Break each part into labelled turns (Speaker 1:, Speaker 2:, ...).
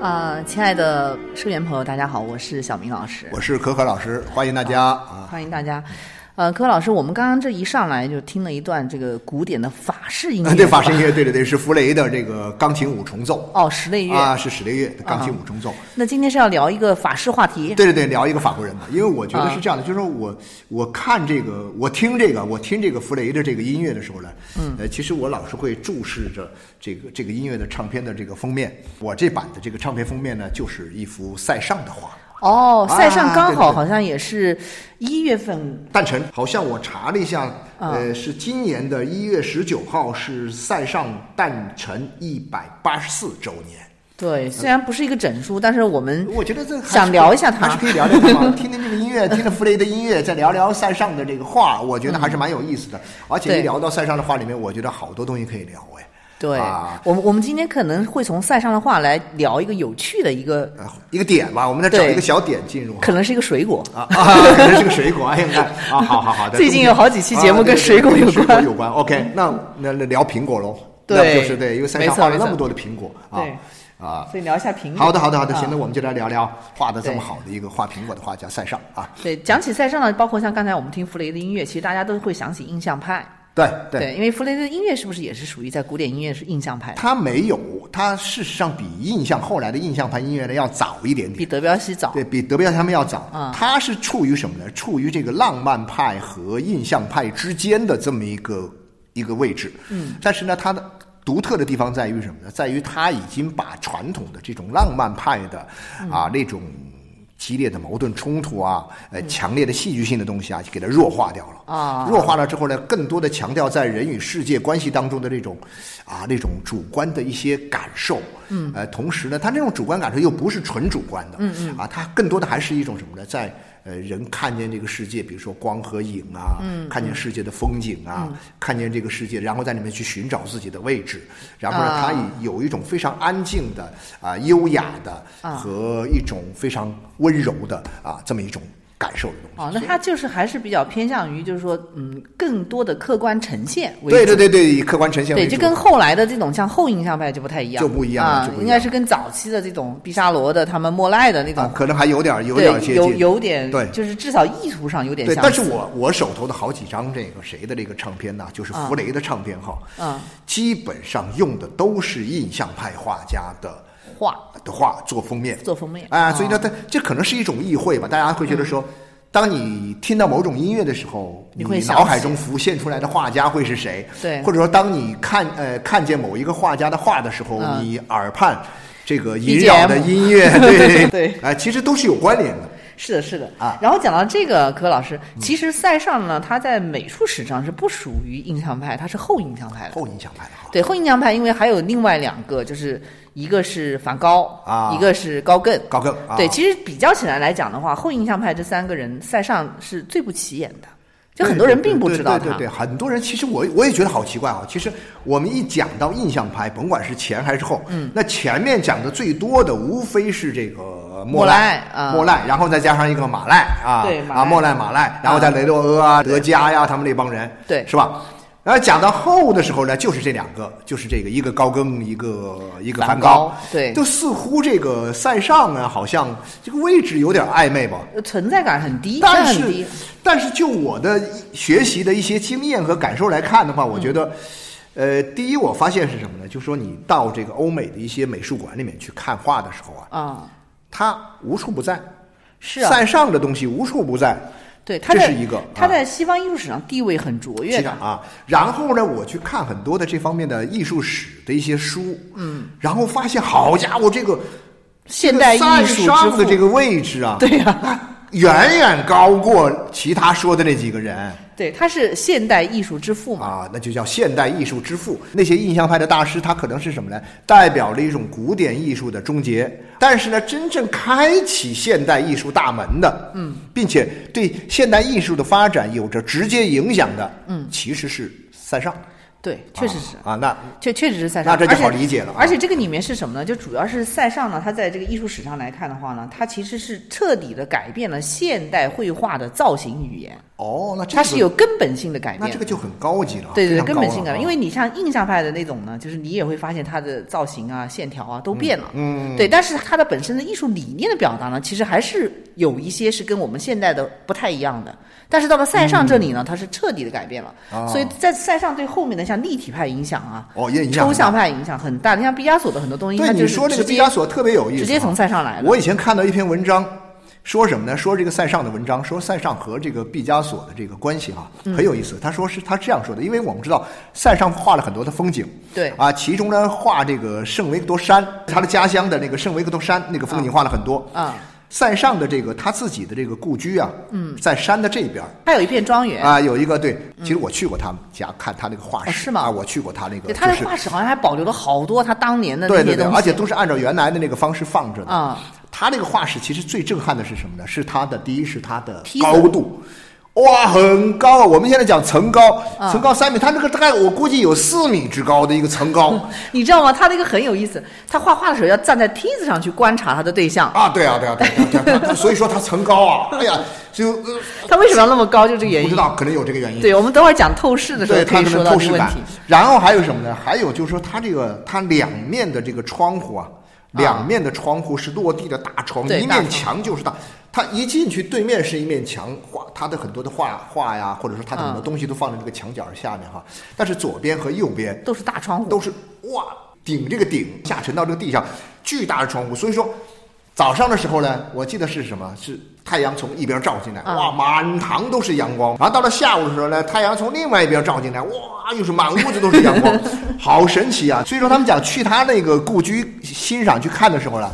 Speaker 1: 呃，亲爱的社员朋友，大家好，我是小明老师，
Speaker 2: 我是可可老师，欢迎大家啊！
Speaker 1: 欢迎大家。呃，柯老师，我们刚刚这一上来就听了一段这个古典的法式音乐，
Speaker 2: 啊对法式音乐，对对对，是弗雷的这个钢琴五重奏
Speaker 1: 哦，室内乐
Speaker 2: 啊，是室内乐啊的钢琴五重奏。
Speaker 1: 那今天是要聊一个法式话题，
Speaker 2: 对对对，聊一个法国人嘛，因为我觉得是这样的，就是说我我看这个，我听这个，我听这个弗雷的这个音乐的时候呢，嗯，呃，其实我老是会注视着这个这个音乐的唱片的这个封面。我这版的这个唱片封面呢，就是一幅塞尚的画。
Speaker 1: 哦，
Speaker 2: 啊
Speaker 1: 塞尚刚
Speaker 2: 对对
Speaker 1: 好
Speaker 2: 对
Speaker 1: 好像也是一月份
Speaker 2: 诞辰，好像我查了一下，
Speaker 1: 啊
Speaker 2: 呃，是今年的一月十九号是塞尚诞辰一百八十四周年。
Speaker 1: 对，
Speaker 2: 嗯
Speaker 1: 虽然不是一个整数，但是我们
Speaker 2: 我觉得这还是
Speaker 1: 想聊一下他
Speaker 2: 还是可以聊聊他嘛，听听这个音乐，听听弗雷的音乐，再聊聊塞尚的这个画，我觉得还是蛮有意思的。而
Speaker 1: 嗯
Speaker 2: 且
Speaker 1: 对
Speaker 2: 一聊到塞尚的画里面，我觉得好多东西可以聊哎。
Speaker 1: 对，
Speaker 2: 啊
Speaker 1: 我们我们今天可能会从塞尚的话来聊一个有趣的一个，
Speaker 2: 呃一个点吧，我们再找
Speaker 1: 对
Speaker 2: 一个小点进入。
Speaker 1: 可能是一个水果。
Speaker 2: 啊啊， 可能是个水果，哎呀，你看啊，好好好的。
Speaker 1: 最近有好几期节目
Speaker 2: 啊对
Speaker 1: 跟水果
Speaker 2: 对
Speaker 1: 有
Speaker 2: 跟水
Speaker 1: 关
Speaker 2: 果有关。OK，那那那聊苹果喽。
Speaker 1: 对
Speaker 2: 那就是对，因为塞
Speaker 1: 没
Speaker 2: 尚
Speaker 1: 错
Speaker 2: 画了
Speaker 1: 没
Speaker 2: 那
Speaker 1: 错
Speaker 2: 么多的苹果啊
Speaker 1: 对
Speaker 2: 啊。
Speaker 1: 所以聊一下苹果。
Speaker 2: 好的，好的，好的，行，那
Speaker 1: 啊
Speaker 2: 我们就来聊聊画的这么
Speaker 1: 对
Speaker 2: 好的一个画苹果的画家塞尚啊。
Speaker 1: 对，讲起塞尚呢，包括像刚才我们听弗雷的音乐，其实大家都会想起印象派。
Speaker 2: 对对，
Speaker 1: 对，因为弗雷的音乐是不是也是属于在古典音乐是印象派的？
Speaker 2: 他没有，他事实上比印象后来的印象派音乐呢要早一点
Speaker 1: 比
Speaker 2: 点，
Speaker 1: 德彪西早。
Speaker 2: 对比德彪他们要早。
Speaker 1: 嗯
Speaker 2: 他是处于什么呢？处于这个浪漫派和印象派之间的这么一个一个位置。嗯，但是呢，他的。独特的地方在于什么呢？在于他已经把传统的这种浪漫派的、
Speaker 1: 嗯
Speaker 2: 啊那种激烈的矛盾冲突啊，呃，强烈的戏剧性的东西啊，给它弱化掉了
Speaker 1: 啊
Speaker 2: 弱化了之后呢，更多的强调在人与世界关系当中的这种啊那种主观的一些感受。嗯，呃，同时呢，他这种主观感受又不是纯主观的，嗯嗯，啊，它更多的还是一种什么呢？在呃，人看见这个世界，比如说光和影啊，嗯，看见世界的风景啊，
Speaker 1: 嗯
Speaker 2: 看见这个世界，然后在里面去寻找自己的位置，然后呢，
Speaker 1: 啊
Speaker 2: 他以有一种非常安静的啊、优雅的
Speaker 1: 啊
Speaker 2: 和一种非常温柔的啊这么一种感受的东西。
Speaker 1: 哦，那他就是还是比较偏向于，就是说，嗯，更多的客观呈现为主。
Speaker 2: 对对对对，以客观呈现为
Speaker 1: 对，
Speaker 2: 主。
Speaker 1: 就跟后来的这种像后印象派就不太一样，
Speaker 2: 就不一样了
Speaker 1: 啊
Speaker 2: 就，不一样
Speaker 1: 应该是跟早期的这种毕沙罗的他们莫奈的那种
Speaker 2: 啊，，可能还有点儿有
Speaker 1: 对
Speaker 2: 点儿接，
Speaker 1: 有
Speaker 2: 近，
Speaker 1: 有点，
Speaker 2: 对
Speaker 1: 就是至少意图上有点
Speaker 2: 对。
Speaker 1: 像。
Speaker 2: 但是我我手头的好几张这个谁的这个唱片呢、就是
Speaker 1: 啊
Speaker 2: 弗雷的唱片哈，
Speaker 1: 啊，
Speaker 2: 基本上用的都是印象派画家的
Speaker 1: 画
Speaker 2: 的画做封面。
Speaker 1: 做封面哦
Speaker 2: 啊，所以呢，它这可能是一种意会吧，大家会觉得说。当你听到某种音乐的时候，
Speaker 1: 嗯你
Speaker 2: 你
Speaker 1: 会想起
Speaker 2: 脑海中浮现出来的画家会是谁？
Speaker 1: 对
Speaker 2: 或者说当你看呃看见某一个画家的画的时候，
Speaker 1: 嗯
Speaker 2: 你耳畔这个萦绕的
Speaker 1: BGM
Speaker 2: 音乐，对
Speaker 1: 对
Speaker 2: 啊、其实都是有关联的。
Speaker 1: 是的，是的
Speaker 2: 啊嗯
Speaker 1: 然后讲到这个，柯老师，其实塞尚呢，他在美术史上是不属于印象派，他是后印象派的。
Speaker 2: 后印象派的哈，
Speaker 1: 对后印象派，因为还有另外两个，就是一个是梵高，
Speaker 2: 啊
Speaker 1: 一个是高更。
Speaker 2: 高更啊，
Speaker 1: 对，其实比较起来来讲的话，后印象派这三个人，塞尚是最不起眼的，就很多人并不知道他。
Speaker 2: 对对对对对很多人其实我我也觉得好奇怪啊。其实我们一讲到印象派，甭管是前还是后，嗯，那前面讲的最多的无非是这个
Speaker 1: 莫
Speaker 2: 莫奈
Speaker 1: 奈啊
Speaker 2: 莫奈，然后再加上一个马奈啊，
Speaker 1: 对马奈
Speaker 2: 啊莫奈马奈，然后再雷诺阿啊、德加呀他们那帮人，
Speaker 1: 对
Speaker 2: 是吧？然后讲到后的时候呢，就是这两个，就是这个一个高更，一个一个
Speaker 1: 梵
Speaker 2: 梵
Speaker 1: 高对
Speaker 2: 就似乎这个塞尚啊，好像这个位置有点暧昧吧，
Speaker 1: 呃存在感很低，
Speaker 2: 但
Speaker 1: 真的很低
Speaker 2: 是，
Speaker 1: 嗯
Speaker 2: 但是就我的一学习的一些经验和感受来看的话，我觉得，呃，第一我发现是什么呢？就是说你到这个欧美的一些美术馆里面去看画的时候啊，
Speaker 1: 啊，
Speaker 2: 它无处不在，
Speaker 1: 是啊，
Speaker 2: 塞尚的东西无处不在。
Speaker 1: 对，他
Speaker 2: 这
Speaker 1: 在
Speaker 2: 是一个
Speaker 1: 他
Speaker 2: 啊
Speaker 1: 在西方艺术史上地位很卓越
Speaker 2: 其实
Speaker 1: 的，
Speaker 2: 啊，然后呢，我去看很多的这方面的艺术史的一些书，嗯，然后发现，好家伙，这个
Speaker 1: 现代艺术
Speaker 2: 这个塞
Speaker 1: 之
Speaker 2: 尚
Speaker 1: 父
Speaker 2: 的这个位置啊，
Speaker 1: 对呀、
Speaker 2: 远远高过其他说的那几个人
Speaker 1: 对，他是现代艺术之父嘛，
Speaker 2: 啊，那就叫现代艺术之父。那些印象派的大师，他可能是什么呢？代表了一种古典艺术的终结，但是呢，真正开启现代艺术大门的，嗯，并且对现代艺术的发展有着直接影响的，嗯，其实是塞尚。
Speaker 1: 对，确实是。
Speaker 2: 啊，那
Speaker 1: 确确实是塞尚，
Speaker 2: 那这就
Speaker 1: 而且
Speaker 2: 好理解了啊
Speaker 1: 而且这个里面是什么呢？就主要是塞尚呢，他在这个艺术史上来看的话呢，他其实是彻底的改变了现代绘画的造型语言，
Speaker 2: 哦，那这
Speaker 1: 它
Speaker 2: 个
Speaker 1: 是有根本性的改
Speaker 2: 那
Speaker 1: 变
Speaker 2: 这。个就很高级了啊，
Speaker 1: 对对
Speaker 2: 非
Speaker 1: 对，
Speaker 2: 常
Speaker 1: 根
Speaker 2: 高
Speaker 1: 本
Speaker 2: 了
Speaker 1: 性改
Speaker 2: 啊
Speaker 1: 变，因为你像印象派的那种呢，就是你也会发现它的造型啊、线条啊都变了，嗯，对，但是它的本身的艺术理念的表达呢，其实还是有一些是跟我们现代的不太一样的。但是到了塞尚这
Speaker 2: 嗯
Speaker 1: 里呢，它是彻底的改变了，
Speaker 2: 哦
Speaker 1: 所以在塞尚对后面的像立体派影响啊，
Speaker 2: 哦也影响
Speaker 1: 抽
Speaker 2: 很
Speaker 1: 象
Speaker 2: 大
Speaker 1: 派影响很大。你像毕加索的很多东西，
Speaker 2: 对
Speaker 1: 它
Speaker 2: 你
Speaker 1: 就是
Speaker 2: 说这个
Speaker 1: 直
Speaker 2: 毕
Speaker 1: 接
Speaker 2: 加索特别有意思啊，
Speaker 1: 直接从塞尚来的。
Speaker 2: 我以前看到一篇文章，说什么呢？说这个塞尚的文章，说塞尚和这个毕加索的这个关系啊，
Speaker 1: 嗯
Speaker 2: 很有意思。他说是他这样说的，因为我们知道塞尚画了很多的风景，
Speaker 1: 对
Speaker 2: 啊，其中呢画这个圣维克多山，他的家乡的那个圣维克多山那个风景画了很多
Speaker 1: 啊。
Speaker 2: 塞尚的这个他自己的这个故居啊，嗯，在山的这边儿
Speaker 1: 它有一片庄园，
Speaker 2: 啊，有一个对，其实我去过他们家看他那个画
Speaker 1: 嗯哦
Speaker 2: 室，
Speaker 1: 是吗
Speaker 2: 啊，我去过他那个，
Speaker 1: 对，它的
Speaker 2: 就是
Speaker 1: 画室好像还保留了好多他当年的那
Speaker 2: 对
Speaker 1: 些
Speaker 2: 对
Speaker 1: 东西，
Speaker 2: 对，而且都是按照原来的那个方式放着的。
Speaker 1: 啊
Speaker 2: 他那个画室其实最震撼的是什么呢？是它的第一是它的
Speaker 1: 梯子
Speaker 2: 高度，哇，很高啊！我们现在讲层高，
Speaker 1: 啊
Speaker 2: 层高三米，它那个大概我估计有四米之高的一个层 高
Speaker 1: 你知道吗？他那个很有意思，他画画的时候要站在梯子上去观察他的对象。
Speaker 2: 啊！对啊，对啊，对啊，对啊对啊，所以说它层高啊，哎呀，就、 呃
Speaker 1: 他为什么要那么高？就这个原
Speaker 2: 不知
Speaker 1: 因。
Speaker 2: 道可能有这个原因。
Speaker 1: 对，我们等会儿讲透视的时候
Speaker 2: 对，
Speaker 1: 可
Speaker 2: 它
Speaker 1: 以
Speaker 2: 可
Speaker 1: 说到
Speaker 2: 能透
Speaker 1: 这
Speaker 2: 视
Speaker 1: 个问
Speaker 2: 感
Speaker 1: 题。。
Speaker 2: 然后还有什么呢？还有就是说，它这个它两面的这个窗户啊，两面的窗户是落地的大窗，
Speaker 1: 对
Speaker 2: 一
Speaker 1: 大
Speaker 2: 面
Speaker 1: 窗
Speaker 2: 墙就是大。它一进去，对面是一面墙，画它的很多的画画呀，或者说它的很
Speaker 1: 嗯
Speaker 2: 多东西都放在这个墙角下面哈。但是左边和右边
Speaker 1: 都是大窗户，
Speaker 2: 都是哇，顶这个顶下沉到这个地上，巨大的窗户。所以说，早上的时候呢，我记得是什么？是太阳从一边照进来，
Speaker 1: 啊
Speaker 2: 哇，满堂都是阳光。然后到了下午的时候呢，太阳从另外一边照进来，哇，又是满屋子都是阳 光，好神奇啊！所以说，他们讲去他那个故居欣赏去看的时候呢，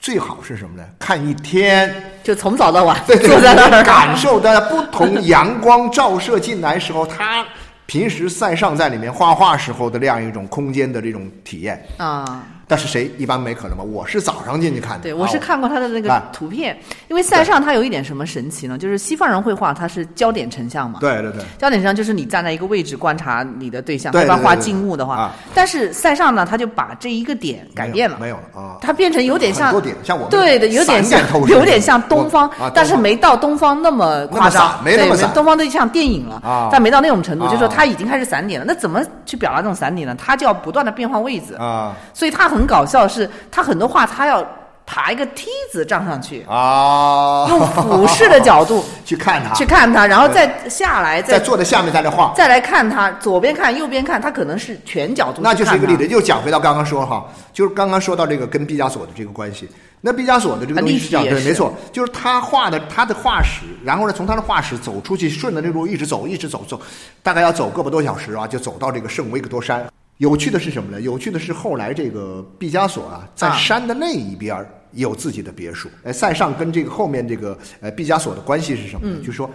Speaker 2: 最好是什么呢？看一天。
Speaker 1: 就从早到晚
Speaker 2: 对对，
Speaker 1: 坐在那儿
Speaker 2: 感。受到不同阳光照射进来时候，他平时塞尚在里面画画时候的那样一种空间的这种体验。
Speaker 1: 啊，
Speaker 2: 但是谁一般没可能嘛？我是早上进去看的，
Speaker 1: 对，我是
Speaker 2: 啊
Speaker 1: 看过他的那个
Speaker 2: 啊
Speaker 1: 图片，因为塞尚他有一点什么神奇呢？就是西方人绘画他是焦点成像嘛，
Speaker 2: 对对对，
Speaker 1: 焦点上就是你站在一个位置观察你的对象，
Speaker 2: 对
Speaker 1: 一般
Speaker 2: 对对
Speaker 1: 画
Speaker 2: 对
Speaker 1: 静物的话，
Speaker 2: 啊
Speaker 1: 但是塞尚呢，他就把这一个点改变了，
Speaker 2: 没有没有了啊
Speaker 1: 他变成有点像
Speaker 2: 很多点像我们
Speaker 1: 对的，有点
Speaker 2: 散
Speaker 1: 像
Speaker 2: 点透视
Speaker 1: 有点像东方，
Speaker 2: 我啊
Speaker 1: 但是
Speaker 2: 东方
Speaker 1: 没到东方那么夸
Speaker 2: 那
Speaker 1: 张，
Speaker 2: 么散没那么
Speaker 1: 对
Speaker 2: 散
Speaker 1: 东方都像电影了，
Speaker 2: 啊
Speaker 1: 但没到那种程度，就是说
Speaker 2: 啊
Speaker 1: 他已经开始散点了。那怎么去表达这种散点呢？他就要不断的变换位置，
Speaker 2: 啊
Speaker 1: 所以他很搞笑是，他很多画他要爬一个梯子站上去，
Speaker 2: 啊，
Speaker 1: 用俯视的角度
Speaker 2: 去看他，
Speaker 1: 去看他，然后再下来再
Speaker 2: 在坐在下面在那画，
Speaker 1: 再来看它，左边看，右边看，它可能是全角度
Speaker 2: 那就是一个例
Speaker 1: 去啊
Speaker 2: 子。又讲回到刚刚说哈，就是刚刚说到这个跟毕加索的这个关系。那毕加索的这
Speaker 1: 啊
Speaker 2: 个东西
Speaker 1: 立体
Speaker 2: 是这样，
Speaker 1: 也
Speaker 2: 对，
Speaker 1: 是
Speaker 2: 没错，就是他画的他的画室，然后呢，从他的画室走出去，顺着这路一直走，一直走，走，大概要走个把多小时啊，就走到这个圣维克多山。有趣的是什么呢？有趣的是后来这个毕加索啊，在
Speaker 1: 啊
Speaker 2: 山的那一边儿有自己的别墅。呃，塞尚跟这个后面这个呃毕加索的关系是什么
Speaker 1: 嗯
Speaker 2: 呢？就说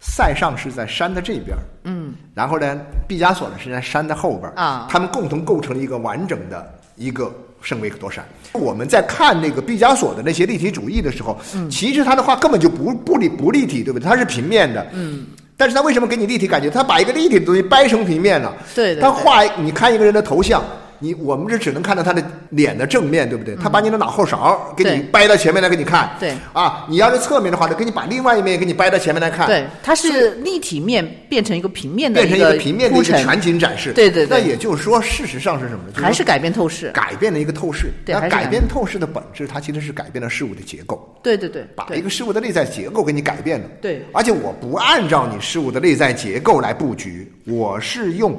Speaker 2: 塞尚是在山的这边，嗯，然后呢，毕加索呢是在山的后边儿
Speaker 1: 啊
Speaker 2: 他们共同构成了一个完整的一个圣维克多山。我们在看那个毕加索的那些立体主义的时候，
Speaker 1: 嗯
Speaker 2: 其实他的画根本就不不立不立体，对不对？它是平面的，嗯。但是他为什么给你立体感觉？他把一个立体的东西掰成平面了。
Speaker 1: 对对对
Speaker 2: 他画你看一个人的头像，你我们这只能看到他的脸的正面，对不对？他把你的脑后勺给
Speaker 1: 嗯对
Speaker 2: 你掰到前面来给你看。
Speaker 1: 对
Speaker 2: 啊，你要是侧面的话，就给你把另外一面给你掰到前面来看。
Speaker 1: 对，它是立体面变成一个平面的
Speaker 2: 变成一
Speaker 1: 个
Speaker 2: 个平面的
Speaker 1: 铺
Speaker 2: 一个
Speaker 1: 陈
Speaker 2: 全景展示。
Speaker 1: 对对对
Speaker 2: 那也就是说，事实上是什么呢？就
Speaker 1: 还是
Speaker 2: 说
Speaker 1: 改变透视。
Speaker 2: 改变了一个透视。
Speaker 1: 对还
Speaker 2: 那
Speaker 1: 是改
Speaker 2: 改
Speaker 1: 变
Speaker 2: 变透视的本质，它其实是改变了事物的结构，
Speaker 1: 对对对，
Speaker 2: 把
Speaker 1: 对
Speaker 2: 一个事物的内在结构给你改变了。
Speaker 1: 对
Speaker 2: 而且我不按照你事物的内在结构来布局，我是用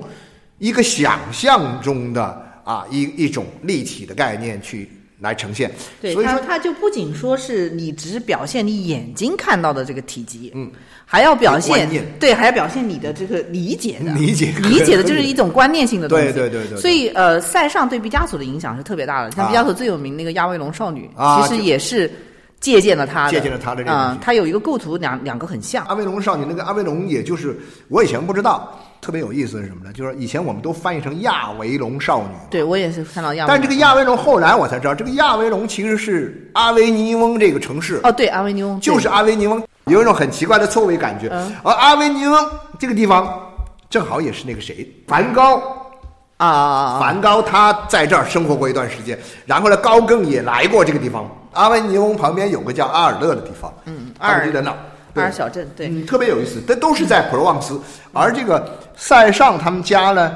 Speaker 2: 一个想象中的啊一一种立体的概念去来呈现。
Speaker 1: 对，
Speaker 2: 所以
Speaker 1: 它
Speaker 2: 说
Speaker 1: 它就不仅说是你只表现你眼睛看到的这个体积，
Speaker 2: 嗯，
Speaker 1: 还要表
Speaker 2: 观
Speaker 1: 现
Speaker 2: 念
Speaker 1: 对，还要表现你的这个理解的
Speaker 2: 理解
Speaker 1: 理解的就是一种观念性的东西。
Speaker 2: 对对对对对
Speaker 1: 所以呃，塞尚对毕加索的影响是特别大的，像
Speaker 2: 啊
Speaker 1: 毕加索最有名那个《亚威龙少女》
Speaker 2: 啊
Speaker 1: 其实
Speaker 2: 就
Speaker 1: 也是借鉴了他的，
Speaker 2: 借鉴了他的这个东
Speaker 1: 啊
Speaker 2: 西，啊
Speaker 1: 他有一个构图两两个很像，
Speaker 2: 阿维龙少女那个阿维龙，也就是我以前不知道，特别有意思是什么呢？就是以前我们都翻译成亚维龙少女，
Speaker 1: 对我也是看到亚威龙。
Speaker 2: 但这个亚维龙后来我才知道，这个亚维龙其实是阿维尼翁这个城市，
Speaker 1: 哦，对，阿维尼翁
Speaker 2: 就是阿维尼翁，有一种很奇怪的错位感觉。
Speaker 1: 嗯
Speaker 2: 而阿维尼翁这个地方，正好也是那个谁，梵高，
Speaker 1: 啊啊，啊
Speaker 2: 梵高他在这儿生活过一段时间，然后呢，高更也来过这个地方。阿维尼翁旁边有个叫阿尔勒的地方，嗯阿尔勒的那儿，
Speaker 1: 阿
Speaker 2: 对
Speaker 1: 尔小镇对。嗯
Speaker 2: 嗯，特别有意思，这都是在普罗旺斯，而这个塞尚他们家呢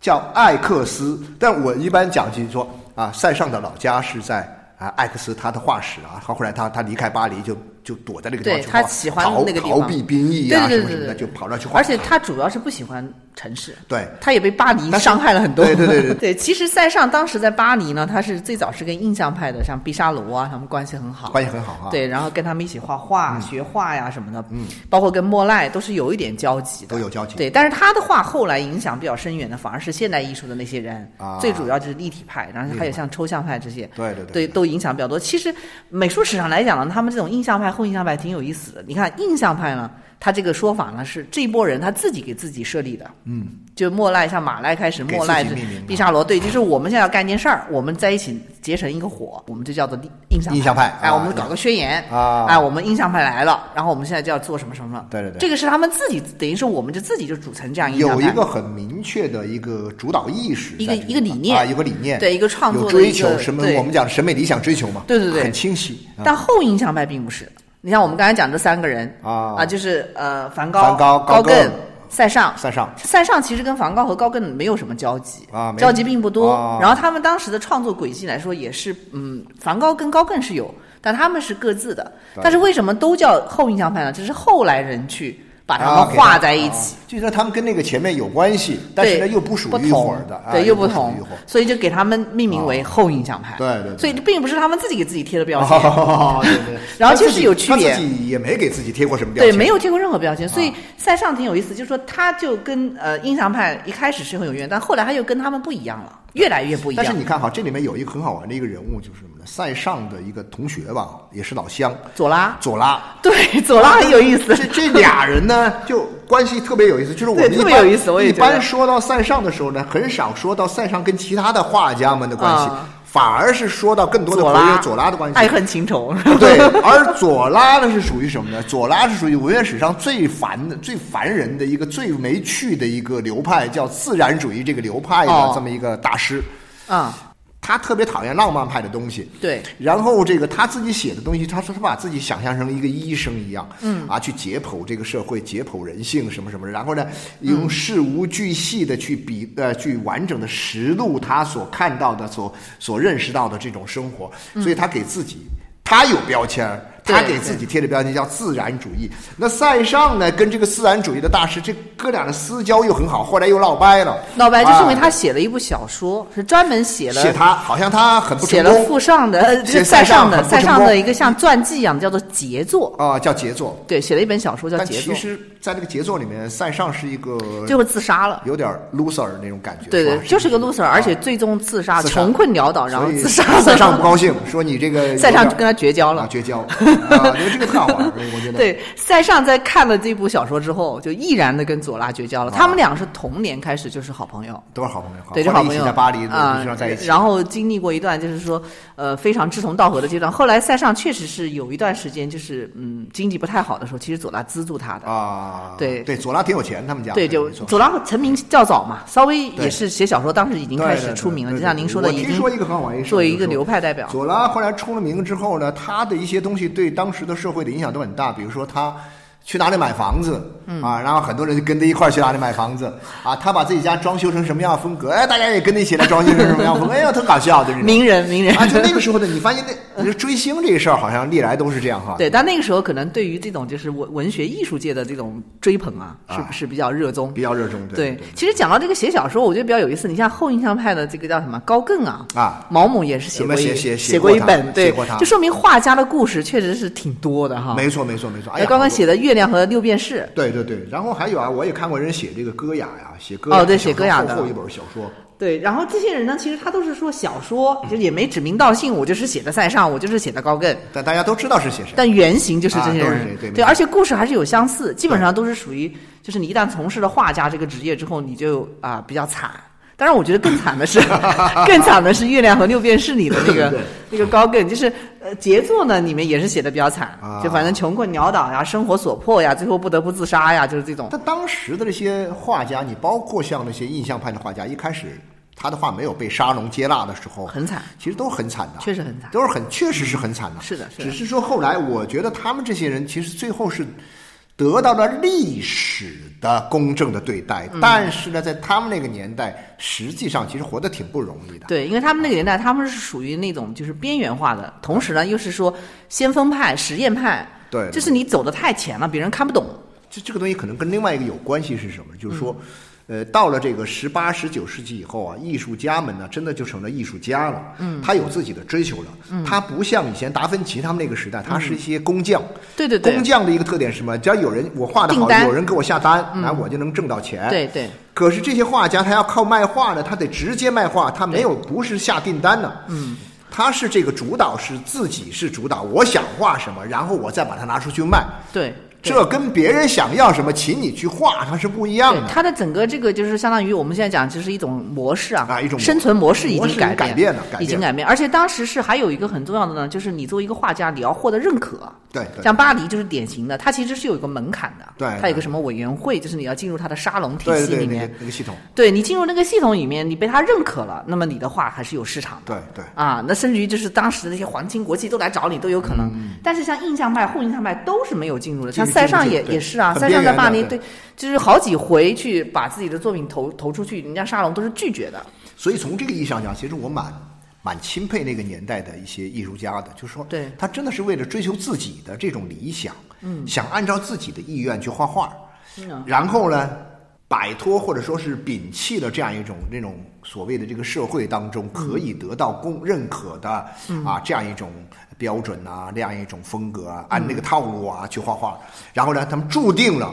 Speaker 2: 叫艾克斯，但我一般讲起说啊，塞尚的老家是在啊艾克斯，他的画室啊，他后来他他离开巴黎就就躲在那个地方
Speaker 1: 对
Speaker 2: 去
Speaker 1: 他
Speaker 2: 画
Speaker 1: 喜欢
Speaker 2: 逃
Speaker 1: 那个地
Speaker 2: 逃
Speaker 1: 方
Speaker 2: 避兵役啊
Speaker 1: 对对
Speaker 2: 什么
Speaker 1: 对
Speaker 2: 什么
Speaker 1: 对
Speaker 2: 的，
Speaker 1: 对
Speaker 2: 就跑那儿去画，
Speaker 1: 而且他主要是不喜欢城市，
Speaker 2: 对
Speaker 1: 他也被巴黎
Speaker 2: 但是
Speaker 1: 伤害了很多。
Speaker 2: 对对 对对
Speaker 1: 其实塞尚当时在巴黎呢，他是最早是跟印象派的，像毕沙罗啊，他们关系很好。
Speaker 2: 关系很好啊，，嗯
Speaker 1: 对，然后跟他们一起画画、学画呀什么的，嗯，包括跟莫奈都是有一点交集的，
Speaker 2: 都有交集
Speaker 1: 对，但是他的画后来影响比较深远的，反而是现代艺术的那些人，
Speaker 2: 啊
Speaker 1: 最主要就是立体派，然后还有像抽象派这些，
Speaker 2: 对对对
Speaker 1: 对，都影响比较多。其实美术史上来讲呢，他们这种印象派、后印象派挺有意思的。你看印象派呢，他这个说法呢是这一波人他自己给自己设立的，嗯，就莫奈像马奈开始，
Speaker 2: 给
Speaker 1: 莫奈
Speaker 2: 自
Speaker 1: 是
Speaker 2: 己命名的
Speaker 1: 毕沙罗，对，就是我们现在要干件事儿，我们在一起结成一个伙，我们就叫做立印象
Speaker 2: 印象派
Speaker 1: 哎，
Speaker 2: 啊
Speaker 1: 我们搞个宣言
Speaker 2: 啊
Speaker 1: 哎，我们印象派来了，然后我们现在就要做什么什么什么。
Speaker 2: 对对对
Speaker 1: 这个是他们自己，等于是我们就自己就组成这样印象派
Speaker 2: 有一个很明确的一个主导意识在
Speaker 1: 一个一
Speaker 2: 这地方，
Speaker 1: 个理念
Speaker 2: 啊，一个理念，
Speaker 1: 对一个创作
Speaker 2: 有
Speaker 1: 的
Speaker 2: 追
Speaker 1: 一个
Speaker 2: 求什么
Speaker 1: 对？
Speaker 2: 我们讲审美理想追求嘛，
Speaker 1: 对对对
Speaker 2: 很清晰。啊
Speaker 1: 但后印象派并不是。你像我们刚才讲这三个人
Speaker 2: 啊
Speaker 1: 就是呃，梵高、
Speaker 2: 梵高高更
Speaker 1: 更、塞尚。
Speaker 2: 塞尚
Speaker 1: 塞尚其实跟梵高和高更没有什么交集
Speaker 2: 啊没有
Speaker 1: 交集并不多。
Speaker 2: 啊
Speaker 1: 然后他们当时的创作轨迹来说，也是嗯，梵高跟高更是有，但他们是各自的。但是为什么都叫后印象派呢？这是后来人去把他们
Speaker 2: 啊给
Speaker 1: 画在一起。
Speaker 2: 啊就说他们跟那个前面有关系，但是呢
Speaker 1: 对
Speaker 2: 又不属于
Speaker 1: 不
Speaker 2: 一
Speaker 1: 同
Speaker 2: 伙儿的，啊
Speaker 1: 对，
Speaker 2: 又
Speaker 1: 不
Speaker 2: 属于
Speaker 1: 同
Speaker 2: 一伙儿，啊
Speaker 1: 所以就给他们命名为后印象派。
Speaker 2: 对对对
Speaker 1: 所以这并不是他们自己给自己贴的标 签，
Speaker 2: 哦对对对
Speaker 1: 然后
Speaker 2: 他
Speaker 1: 其
Speaker 2: 自
Speaker 1: 实
Speaker 2: 己
Speaker 1: 有区别
Speaker 2: 他自己也没给自己贴过什么标
Speaker 1: 对，
Speaker 2: 签，
Speaker 1: 没有贴过任何标签。所
Speaker 2: 啊
Speaker 1: 以塞尚挺有意思，就是说他就跟呃印象派一开始是很有渊，但后来他又跟他们不一样了，越来越不一
Speaker 2: 但是
Speaker 1: 样。
Speaker 2: 你看哈，这里面有一个很好玩的一个人物，就是什么呢？塞尚的一个同学吧，也是老乡，
Speaker 1: 左拉，
Speaker 2: 左拉。
Speaker 1: 对， 左拉很有意思。
Speaker 2: 这这俩人呢，就关系特别有意思。就是我们
Speaker 1: 对
Speaker 2: 一
Speaker 1: 特
Speaker 2: 般
Speaker 1: 别有意思我也
Speaker 2: 一
Speaker 1: 觉得
Speaker 2: 般说到塞尚的时候呢，很少说到塞尚跟其他的画家们的关系，
Speaker 1: 啊
Speaker 2: 反而是说到更多的
Speaker 1: 左
Speaker 2: 朋友
Speaker 1: 拉，哎
Speaker 2: 左拉的关系。
Speaker 1: 爱恨情仇。
Speaker 2: 对，而左拉呢是属于什么呢？左拉是属于文学史上最烦的、最烦人的一个、最没趣的一个流派，叫自然主义这个流派
Speaker 1: 哦
Speaker 2: 的这么一个大师。
Speaker 1: 啊，
Speaker 2: 他特别讨厌浪漫派的东西，
Speaker 1: 对。
Speaker 2: 然后这个他自己写的东西，他说他把自己想象成一个医生一样，嗯，啊，去解剖这个社会，解剖人性什么什么，然后呢，用事无巨细的去比呃，去完整的实录他所看到的、所所认识到的这种生活，所以他给自己他有标签儿。
Speaker 1: 嗯对
Speaker 2: 他给自己贴的标签叫自然主义。那塞尚呢，跟这个自然主义的大师，这哥俩的私交又很好，后来又闹掰了。
Speaker 1: 老白就是因为
Speaker 2: 啊
Speaker 1: 他写了一部小说，是专门写了
Speaker 2: 写他，好像他很不成
Speaker 1: 写
Speaker 2: 功。
Speaker 1: 了傅尚的呃
Speaker 2: 写
Speaker 1: 塞
Speaker 2: 塞尚
Speaker 1: 尚的
Speaker 2: 很不
Speaker 1: 塞
Speaker 2: 成
Speaker 1: 尚的
Speaker 2: 功
Speaker 1: 一个像传记一样的叫做杰作，
Speaker 2: 啊、叫杰作。
Speaker 1: 对，写了一本小说叫
Speaker 2: 但
Speaker 1: 杰
Speaker 2: 其
Speaker 1: 作，
Speaker 2: 实，在这个杰作里面，塞尚是一个
Speaker 1: 最后自杀了。
Speaker 2: 有点 loser 那种感觉，
Speaker 1: 对对
Speaker 2: 吧，
Speaker 1: 就是个 loser，而且
Speaker 2: 啊
Speaker 1: 最终自杀，
Speaker 2: 自杀
Speaker 1: 穷困潦倒，然后
Speaker 2: 所以
Speaker 1: 自杀。
Speaker 2: 塞尚不高兴，说你这个有点
Speaker 1: 塞尚就跟他绝交了
Speaker 2: 啊、 绝交啊，因为这个特好玩儿，我觉得。
Speaker 1: 对，塞尚在看了这部小说之后，就毅然的跟左拉绝交了。他
Speaker 2: 啊
Speaker 1: 们俩是同年开始就是好朋友，
Speaker 2: 都是好朋友，好
Speaker 1: 对，就
Speaker 2: 后
Speaker 1: 好
Speaker 2: 来啊一
Speaker 1: 朋
Speaker 2: 起
Speaker 1: 友
Speaker 2: 在巴黎的
Speaker 1: 啊
Speaker 2: 路上在一起，
Speaker 1: 然后经历过一段就是说，呃，非常志同道合的阶段。后来塞尚确实是有一段时间，就是嗯，经济不太好的时候，其实左拉资助他的。
Speaker 2: 啊，
Speaker 1: 对
Speaker 2: 对，左拉挺有钱，他们家
Speaker 1: 对，就
Speaker 2: 没错
Speaker 1: 左拉成名较早嘛，稍微也
Speaker 2: 对
Speaker 1: 是写小说，当时已经开
Speaker 2: 对
Speaker 1: 始
Speaker 2: 对
Speaker 1: 出名了。
Speaker 2: 对
Speaker 1: 就
Speaker 2: 对
Speaker 1: 像
Speaker 2: 对
Speaker 1: 您说的，
Speaker 2: 我
Speaker 1: 已
Speaker 2: 听
Speaker 1: 经
Speaker 2: 说一个很好玩的事，
Speaker 1: 作为一
Speaker 2: 就
Speaker 1: 个
Speaker 2: 是
Speaker 1: 流派代表。
Speaker 2: 左拉后来出了名之后呢，他的一些东西对当时的社会的影响都很大，比如说他去哪里买房子，
Speaker 1: 嗯
Speaker 2: 啊，然后很多人就跟着一块儿去哪里买房子，啊，他把自己家装修成什么样的风格， 哎，大家也跟着一起来装修成什么样的风格，哎呦，特搞笑，就是
Speaker 1: 名人名人
Speaker 2: 啊，就那个时候的，你发现那你说追星这事儿好像历来都是这样哈，
Speaker 1: 对，但那个时候可能对于这种就是文文学艺术界的这种追捧啊，是不是比较热衷？
Speaker 2: 比较热衷，对
Speaker 1: 对，其实讲到这个写小说，我觉得比较有意思。你像后印象派的这个叫什么高更啊，
Speaker 2: 啊，
Speaker 1: 毛姆也是写过一
Speaker 2: 我们写写
Speaker 1: 写
Speaker 2: 写
Speaker 1: 过
Speaker 2: 过
Speaker 1: 一
Speaker 2: 他
Speaker 1: 本，对
Speaker 2: 写过他，
Speaker 1: 就说明画家的故事确实是挺多的哈。
Speaker 2: 没错没错没错，哎
Speaker 1: 那
Speaker 2: 呀，
Speaker 1: 哦刚刚
Speaker 2: 好多
Speaker 1: 写的《月亮和六便士
Speaker 2: 对对对，然后还有啊，我也看过人写这个歌雅呀，写歌
Speaker 1: 哦
Speaker 2: 雅
Speaker 1: 对
Speaker 2: 小
Speaker 1: 写歌
Speaker 2: 说
Speaker 1: 雅
Speaker 2: 厚
Speaker 1: 的
Speaker 2: 厚一本小说，》，
Speaker 1: 对，然后这些人呢，其实他都是说小说，就也没指名道姓，我就是写的塞尚，我就是写的高更，
Speaker 2: 但大家都知道是写谁。
Speaker 1: 但原型就是这些
Speaker 2: 啊都是
Speaker 1: 人
Speaker 2: 这，对没
Speaker 1: 对，
Speaker 2: 错
Speaker 1: 而且故事还是有相似，基本上都是属于，就是你一旦从事了画家这个职业之后，你就啊、比较惨。当然，我觉得更惨的 是，更惨的是《月亮和六便士》里的那个
Speaker 2: 对
Speaker 1: 那个高更，就是呃杰作呢里面也是写的比较惨，
Speaker 2: 啊
Speaker 1: 就反正穷困潦倒呀，生活所迫呀，最后不得不自杀呀，就是这种。
Speaker 2: 但当时的这些画家，你包括像那些印象派的画家，一开始他的画没有被沙龙接纳的时候，
Speaker 1: 很惨，
Speaker 2: 其实都很惨的，
Speaker 1: 确实很惨嗯
Speaker 2: 都是很确实是很惨的。
Speaker 1: 是的是的
Speaker 2: 只是说后来，我觉得他们这些人其实最后是得到了历史的公正的对待，
Speaker 1: 嗯
Speaker 2: 但是呢，在他们那个年代，实际上其实活得挺不容易的。
Speaker 1: 对，因为他们那个年代，他们是属于那种就是边缘化的，同时呢又是说先锋派、实验派，
Speaker 2: 对
Speaker 1: 就是你走的太前了，别人看不懂。
Speaker 2: 这这个东西可能跟另外一个有关系是什么？
Speaker 1: 嗯
Speaker 2: 就是说，呃，到了这个十八、十九世纪以后啊，艺术家们呢，真的就成了艺术家了。嗯，他有自己的追求了。嗯，他不像以前达芬奇他们那个时代，他是一些工匠。
Speaker 1: 嗯对对对
Speaker 2: 工匠的一个特点是什么？只要有人我画的
Speaker 1: 订
Speaker 2: 好，
Speaker 1: 单嗯
Speaker 2: 有人给我下单，那、我就能挣到钱。
Speaker 1: 对。对。
Speaker 2: 可是这些画家，他要靠卖画呢，他得直接卖画，他没有不是下订单呢。嗯，他是这个主导是自己是主导，我想画什么，然后我再把它拿出去卖。
Speaker 1: 对，对
Speaker 2: 这跟别人想要什么，请你去画，它是不一样
Speaker 1: 对
Speaker 2: 的。
Speaker 1: 它的整个这个就是相当于我们现在讲，就是一种模式啊，
Speaker 2: 啊一种模
Speaker 1: 生存模式已
Speaker 2: 模
Speaker 1: 经
Speaker 2: 式已
Speaker 1: 改
Speaker 2: 经改变了改
Speaker 1: 已经
Speaker 2: 变了
Speaker 1: 改变。而且当时是还有一个很重要的呢，就是你作为一个画家，你要获得认可。
Speaker 2: 对对
Speaker 1: 像巴黎就是典型的，它其实是有一个门槛的，
Speaker 2: 对
Speaker 1: 它有一个什么委员会，就是你要进入它的沙龙体
Speaker 2: 对
Speaker 1: 系
Speaker 2: 对对，
Speaker 1: 里
Speaker 2: 那
Speaker 1: 面
Speaker 2: 个，那个系统，
Speaker 1: 对你进入那个系统里面，你被他认可了，那么你的画还是有市场的。
Speaker 2: 对对
Speaker 1: 啊，那甚至于就是当时的那些皇亲国戚都来找你都有可能。但是像印象派、后印象派都是没有进入的，
Speaker 2: 进
Speaker 1: 像
Speaker 2: 入
Speaker 1: 塞尚
Speaker 2: 嗯进入
Speaker 1: 也
Speaker 2: 对
Speaker 1: 也是啊，
Speaker 2: 很
Speaker 1: 塞尚
Speaker 2: 边
Speaker 1: 在
Speaker 2: 缘的
Speaker 1: 巴黎
Speaker 2: 对
Speaker 1: 对，就是好几回去把自己的作品投投出去，人家沙龙都是拒绝的。
Speaker 2: 所以从这个意义上讲，其实我蛮蛮钦佩那个年代的一些艺术家的，就是说，
Speaker 1: 对
Speaker 2: 他真的是为了追求自己的这种理想，嗯，想按照自己的意愿去画画，
Speaker 1: 嗯
Speaker 2: 然后呢，摆脱或者说是摒弃了这样一种那种所谓的这个社会当中可
Speaker 1: 嗯
Speaker 2: 以得到公认可的、啊这样一种标准啊，这样一种风格啊，按
Speaker 1: 嗯
Speaker 2: 那个套路啊、去画画，然后呢，他们注定了。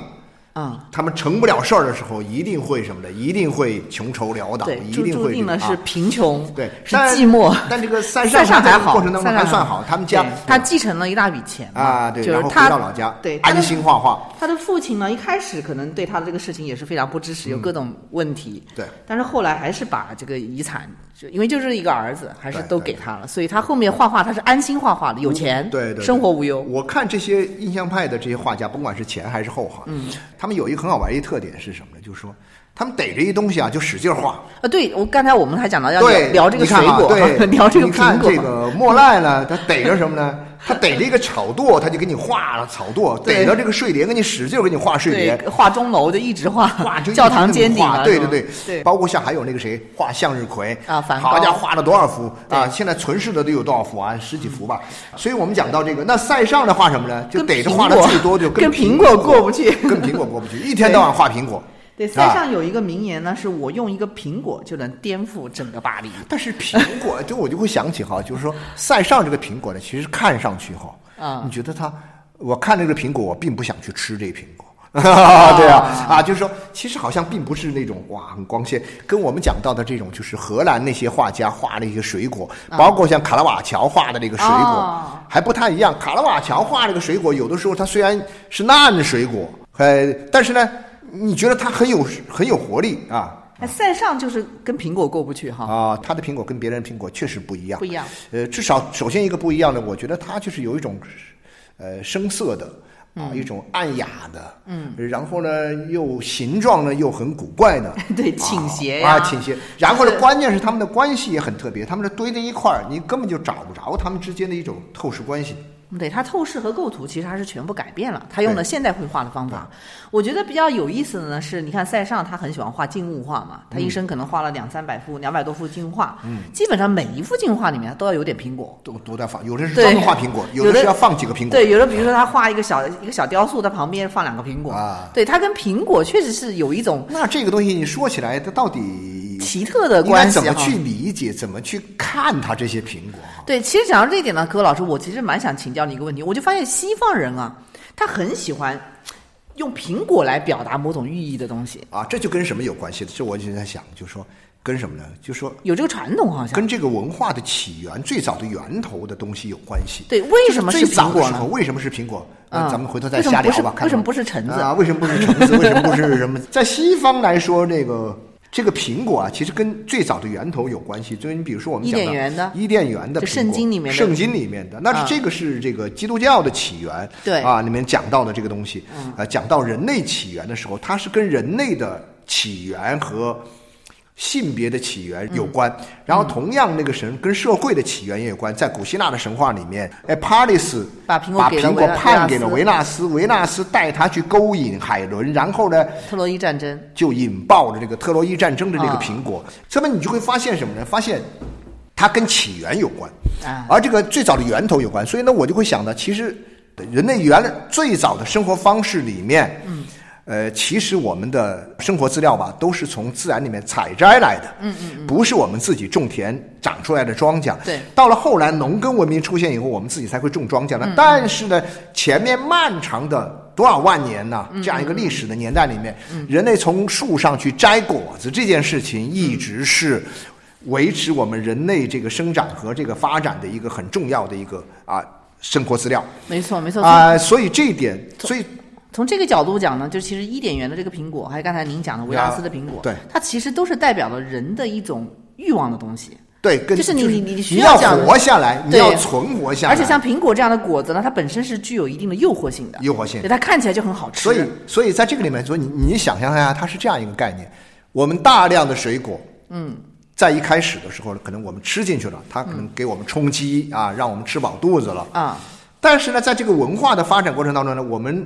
Speaker 1: 啊，
Speaker 2: 他们成不了事儿的时候，一定会什么的，一定会穷愁潦倒，
Speaker 1: 对，
Speaker 2: 一
Speaker 1: 注
Speaker 2: 定
Speaker 1: 注
Speaker 2: 会
Speaker 1: 定
Speaker 2: 这
Speaker 1: 了
Speaker 2: 个
Speaker 1: 是
Speaker 2: 啊
Speaker 1: 贫穷，
Speaker 2: 对，
Speaker 1: 是
Speaker 2: 但
Speaker 1: 寂寞。
Speaker 2: 但这个塞
Speaker 1: 塞尚
Speaker 2: 在
Speaker 1: 还
Speaker 2: 这个
Speaker 1: 好，
Speaker 2: 过程当
Speaker 1: 塞
Speaker 2: 中
Speaker 1: 尚
Speaker 2: 还算好，他们家嗯
Speaker 1: 对他继承了一大笔钱嘛
Speaker 2: 啊，对，
Speaker 1: 就
Speaker 2: 然
Speaker 1: 是
Speaker 2: 后回
Speaker 1: 他
Speaker 2: 到老家，
Speaker 1: 对，他
Speaker 2: 安
Speaker 1: 的
Speaker 2: 心画画，
Speaker 1: 他的父亲呢，一开始可能对他的这个事情也是非常不支持，有各种问题。
Speaker 2: 嗯对
Speaker 1: 但是后来还是把这个遗产，就因为就是一个儿子，还是
Speaker 2: 对
Speaker 1: 都
Speaker 2: 对嗯
Speaker 1: 给他了，所以他后面画画他是安心画画的，有钱，
Speaker 2: 对对对
Speaker 1: 生活无忧。
Speaker 2: 我看这些印象派的这些画家，甭管是前还是后哈，嗯，他们有一个很好玩一特点是什么呢？就是说，他们逮着一东西啊，就使劲儿画，
Speaker 1: 啊，对我刚才我们还讲到要
Speaker 2: 对，
Speaker 1: 聊这个
Speaker 2: 你
Speaker 1: 水
Speaker 2: 看啊
Speaker 1: 果，
Speaker 2: 对，
Speaker 1: 聊这个
Speaker 2: 你看
Speaker 1: 苹果，嗯
Speaker 2: 这个莫奈呢，他逮着什么呢？他逮着一个草垛，他就给你画了草垛；
Speaker 1: 对
Speaker 2: 逮着这个睡莲，给你使劲儿给你画睡莲
Speaker 1: 对。画钟楼就一直画，
Speaker 2: 画就一直
Speaker 1: 教堂尖顶
Speaker 2: 那么
Speaker 1: 啊，
Speaker 2: 画对
Speaker 1: 是
Speaker 2: 对
Speaker 1: 吧
Speaker 2: 对
Speaker 1: 对。
Speaker 2: 包括像还有那个谁画向日葵
Speaker 1: 啊梵
Speaker 2: 好
Speaker 1: 高
Speaker 2: 家伙画了多少幅啊？
Speaker 1: 对
Speaker 2: 现在存世的都有多少幅啊？十几幅吧。所以我们讲到这个，那塞尚的画什么呢？就
Speaker 1: 跟
Speaker 2: 逮着
Speaker 1: 苹
Speaker 2: 画的
Speaker 1: 果
Speaker 2: 最多就
Speaker 1: 跟
Speaker 2: 苹
Speaker 1: 苹果过不去
Speaker 2: 跟苹果过不去，一天到晚画苹果。啊
Speaker 1: 对，塞尚有一个名言呢，是我用一个苹果就能颠覆整个巴黎。
Speaker 2: 但是苹果，就我就会想起哈，就是说塞尚这个苹果呢，其实看上去哈，
Speaker 1: 啊
Speaker 2: 你觉得它，我看这个苹果，我并不想去吃这苹果。 对啊，啊，就是说，其实好像并不是那种哇很光鲜，跟我们讲到的这种，就是荷兰那些画家画的一些水果，包括像卡拉瓦乔画的那个水果
Speaker 1: 哦，
Speaker 2: 还不太一样。卡拉瓦乔画这个水果，有的时候它虽然是烂水果，呃，但是呢，你觉得它很有很有活力啊，
Speaker 1: 哎，塞尚就是跟苹果过不去哈，
Speaker 2: 啊，他的苹果跟别人的苹果确实不一样，
Speaker 1: 嗯不一样。，
Speaker 2: 呃，至少首先一个不一样的，我觉得它就是有一种，呃，声色的啊，一种暗哑的，嗯，然后呢，又形状呢又很古怪的
Speaker 1: 对倾斜
Speaker 2: 啊，
Speaker 1: 呀
Speaker 2: 倾斜。然后
Speaker 1: 就
Speaker 2: 呢，
Speaker 1: 是
Speaker 2: 关键是他们的关系也很特别，他们是堆在一块儿，你根本就找不着他们之间的一种透视关系。
Speaker 1: 对，它透视和构图其实它是全部改变了，它用了现代绘画的方法。我觉得比较有意思的呢是，你看塞尚他很喜欢画静物画嘛，
Speaker 2: 嗯
Speaker 1: 他一生可能画了两三百幅、两百多幅静物画，基本上每一幅静物画里面都要有点苹果。
Speaker 2: 都都在放，有的是
Speaker 1: 对
Speaker 2: 专门画苹果，有
Speaker 1: 有
Speaker 2: 的
Speaker 1: 的
Speaker 2: 是要放几个苹果。
Speaker 1: 对，有的比如说他画一个小一个小雕塑，它旁边放两个苹果，
Speaker 2: 啊
Speaker 1: 对，它跟苹果确实是有一种
Speaker 2: 那这个东西你说起来，它到底
Speaker 1: 奇特的
Speaker 2: 应该
Speaker 1: 关系
Speaker 2: 怎么
Speaker 1: 哈
Speaker 2: 去理解？怎么去看它这些苹果？
Speaker 1: 对，其实讲到这一点呢，柯老师，我其实蛮想请教你一个问题。我就发现西方人啊，他很喜欢用苹果来表达某种寓意的东西，
Speaker 2: 啊，这就跟什么有关系？这我一直在想，就说跟什么呢？就说
Speaker 1: 有这个传统好像。
Speaker 2: 跟这个文化的起源、最早的源头的东西有关系。
Speaker 1: 对，为什么
Speaker 2: 就是是最
Speaker 1: 苹
Speaker 2: 早的
Speaker 1: 果
Speaker 2: 时候
Speaker 1: 呢？
Speaker 2: 为什么是苹果？
Speaker 1: 啊
Speaker 2: 呃咱们回头再
Speaker 1: 为什么
Speaker 2: 瞎聊
Speaker 1: 不是
Speaker 2: 吧。看
Speaker 1: 为什么
Speaker 2: 看
Speaker 1: 不是橙子
Speaker 2: 啊？为什么不是橙子？为什么不是 什么？在西方来说，这个这个苹果啊，其实跟最早的源头有关系。就你比如说我们
Speaker 1: 伊
Speaker 2: 讲
Speaker 1: 甸园的
Speaker 2: 伊甸园的
Speaker 1: 就
Speaker 2: 苹
Speaker 1: 圣
Speaker 2: 果
Speaker 1: 经里面的
Speaker 2: 圣经里面的，那
Speaker 1: 啊
Speaker 2: 是这个是这个基督教的起源。
Speaker 1: 对嗯
Speaker 2: 啊，里面讲到的这个东西，呃，讲到人类起源的时候，它是跟人类的起源和。性别的起源有关，然后同样那个神跟社会的起源也有关。在古希腊的神话里面，哎，Paris
Speaker 1: 把苹果给了维纳
Speaker 2: 判给了
Speaker 1: 维
Speaker 2: 维纳斯，维纳斯带他去勾引海伦，然后呢
Speaker 1: 特洛伊战争，
Speaker 2: 就引爆了这个特洛伊战争的这个
Speaker 1: 啊
Speaker 2: 苹果。这么你就会发现什么呢？发现它跟起源有关
Speaker 1: 啊，
Speaker 2: 而这个最早的源头有关。所以呢，我就会想呢，其实人类原来最早的生活方式里面，嗯。呃，其实我们的生活资料吧，都是从自然里面采摘来的，嗯嗯，不是我们自己种田长出来的庄稼。
Speaker 1: 对
Speaker 2: 到了后来农耕文明出现以后，我们自己才会种庄稼
Speaker 1: 嗯
Speaker 2: 的。但是呢，前面漫长的多少万年呢，
Speaker 1: 嗯
Speaker 2: 这样一个历史的年代里面，人类从树上去摘果子这件事情，一直是维持我们人类这个生长和这个发展的一个很重要的一个啊生活资料
Speaker 1: 没错没错。从
Speaker 2: 啊。所以这一点，所以
Speaker 1: 从这个角度讲呢，就其实伊甸园的这个苹果，还有刚才您讲的维纳斯的苹果，
Speaker 2: 啊对
Speaker 1: 它其实都是代表了人的一种欲望的东西。
Speaker 2: 对，跟
Speaker 1: 就是你你你
Speaker 2: 你
Speaker 1: 需
Speaker 2: 要
Speaker 1: 要讲
Speaker 2: 活下来，你
Speaker 1: 对
Speaker 2: 要存活下来，
Speaker 1: 而且像苹果这样的果子呢，它本身是具有一定的诱惑性的，
Speaker 2: 诱惑性
Speaker 1: 对它看起来就很好吃。
Speaker 2: 所以，所以在这个里面，所以你你想象一下，它是这样一个概念：我们大量的水果，嗯，在一开始的时候，可能我们吃进去了，它可
Speaker 1: 嗯
Speaker 2: 能给我们充饥啊，让我们吃饱肚子了。
Speaker 1: 啊，
Speaker 2: 但是呢，在这个文化的发展过程当中呢，我们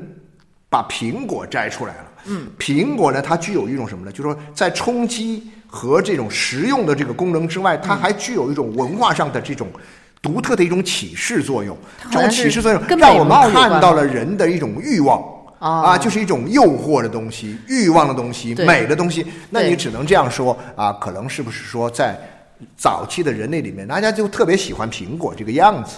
Speaker 2: 把苹果摘出来了。嗯，苹果呢，它具有一种什么呢？就是说，在充饥和这种实用的这个功能之外，它还具有一种文化上的这种独特的一种启示作用。
Speaker 1: 它
Speaker 2: 这
Speaker 1: 好
Speaker 2: 种
Speaker 1: 像是
Speaker 2: 启示作用
Speaker 1: 跟
Speaker 2: 让
Speaker 1: 美
Speaker 2: 我们
Speaker 1: 貌有
Speaker 2: 看
Speaker 1: 关
Speaker 2: 到
Speaker 1: 吗
Speaker 2: 了人的一种欲望。
Speaker 1: 啊
Speaker 2: 啊，就是一种诱惑的东西、欲望的东西、
Speaker 1: 对
Speaker 2: 美的东西。那
Speaker 1: 对
Speaker 2: 你只能这样说啊，可能是不是说在早期的人类里面，大家就特别喜欢苹果这个样子，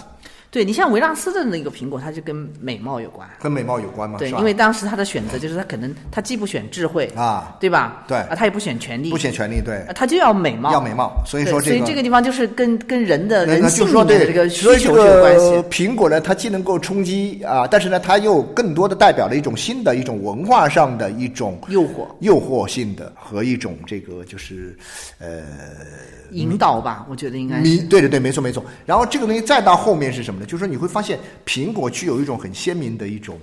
Speaker 1: 对你像维纳斯的那个苹果，它就跟美貌有关。
Speaker 2: 跟美貌有关吗？
Speaker 1: 对，
Speaker 2: 啊是吧
Speaker 1: 因为当时他的选择就是他可能他既不选智慧，
Speaker 2: 啊，
Speaker 1: 对吧？
Speaker 2: 对
Speaker 1: 啊，他也不选权力，
Speaker 2: 不显权力，对，
Speaker 1: 啊，他就要美貌，
Speaker 2: 要美貌。所以
Speaker 1: 对
Speaker 2: 说
Speaker 1: 所以这
Speaker 2: 个
Speaker 1: 个地方就是跟跟人的
Speaker 2: 那
Speaker 1: 人
Speaker 2: 个
Speaker 1: 性
Speaker 2: 就
Speaker 1: 里
Speaker 2: 是说
Speaker 1: 面的
Speaker 2: 对，
Speaker 1: 这个需
Speaker 2: 所以这
Speaker 1: 求是有关
Speaker 2: 个
Speaker 1: 系。
Speaker 2: 苹果呢，它既能够冲击啊，但是呢，它又更多的代表了一种新的一种文化上的一种
Speaker 1: 诱惑、
Speaker 2: 诱惑性的和一种这个就是呃
Speaker 1: 引导吧，我觉得应该是
Speaker 2: 迷，对对对，没错没错。然后这个东西再到后面是什么呢？就是说你会发现苹果具有一种很鲜明的一种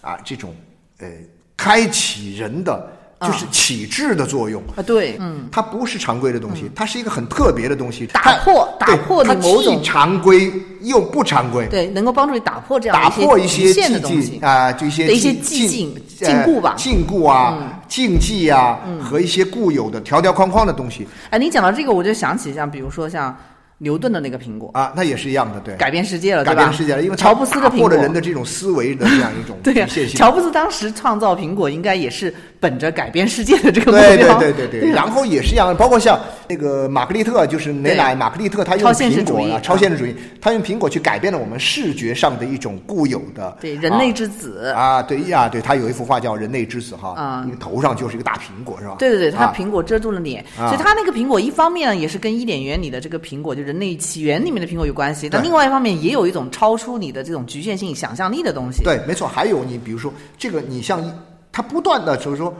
Speaker 2: 啊这种呃开启人的就是启智的作用。
Speaker 1: 啊，对，嗯，
Speaker 2: 它不是常规的东西，它是一个很特别的东西，
Speaker 1: 打
Speaker 2: 它
Speaker 1: 破打
Speaker 2: 对
Speaker 1: 破你
Speaker 2: 它
Speaker 1: 某种
Speaker 2: 既常规又不常规，
Speaker 1: 对，能够帮助你打破这样
Speaker 2: 打破
Speaker 1: 一些底
Speaker 2: 些
Speaker 1: 线
Speaker 2: 禁
Speaker 1: 的东
Speaker 2: 忌
Speaker 1: 西。
Speaker 2: 啊，就一些
Speaker 1: 的一些
Speaker 2: 禁
Speaker 1: 寂静
Speaker 2: 呃
Speaker 1: 禁锢吧嗯
Speaker 2: 禁锢啊，禁忌啊，和一些固有的条条框框的东西
Speaker 1: 哎，你讲到这个，我就想起像比如说像牛顿的那个苹果，
Speaker 2: 啊，那也是一样的，对，
Speaker 1: 改变世界了，
Speaker 2: 改
Speaker 1: 对
Speaker 2: 变
Speaker 1: 吧？
Speaker 2: 世界了，因为它
Speaker 1: 乔布斯的
Speaker 2: 打
Speaker 1: 苹
Speaker 2: 破
Speaker 1: 果
Speaker 2: 了人的这种思维的这样一种
Speaker 1: 对呀、
Speaker 2: 局限性。
Speaker 1: 乔布斯当时创造苹果，应该也是本着改变世界的这 个目
Speaker 2: 对
Speaker 1: 标。
Speaker 2: 对对对对，然后也是一样，包括像那个玛格丽特，就是奶奶
Speaker 1: 对
Speaker 2: 玛格丽特，她用
Speaker 1: 超现实
Speaker 2: 苹果
Speaker 1: 主义
Speaker 2: 啊，
Speaker 1: 啊
Speaker 2: 超现实主义，她用苹果去改变了我们视觉上的一种固有的
Speaker 1: 对人类
Speaker 2: 啊
Speaker 1: 之子，
Speaker 2: 啊，对呀，对，她有一幅画叫《人类之子》哈
Speaker 1: 啊，
Speaker 2: 那个头上就是一个大苹果是吧？
Speaker 1: 对对对，它
Speaker 2: 啊
Speaker 1: 苹果遮住了脸，
Speaker 2: 啊
Speaker 1: 所以它那个苹果一方面呢也是跟伊甸园里的这个苹果，就人类起源里面的苹果有关系，但
Speaker 2: 对
Speaker 1: 另外一方面也有一种超出你的这种局限性、想象力的东西。，
Speaker 2: 对，没错。还有你比如说这个，你像一它不断的就是说，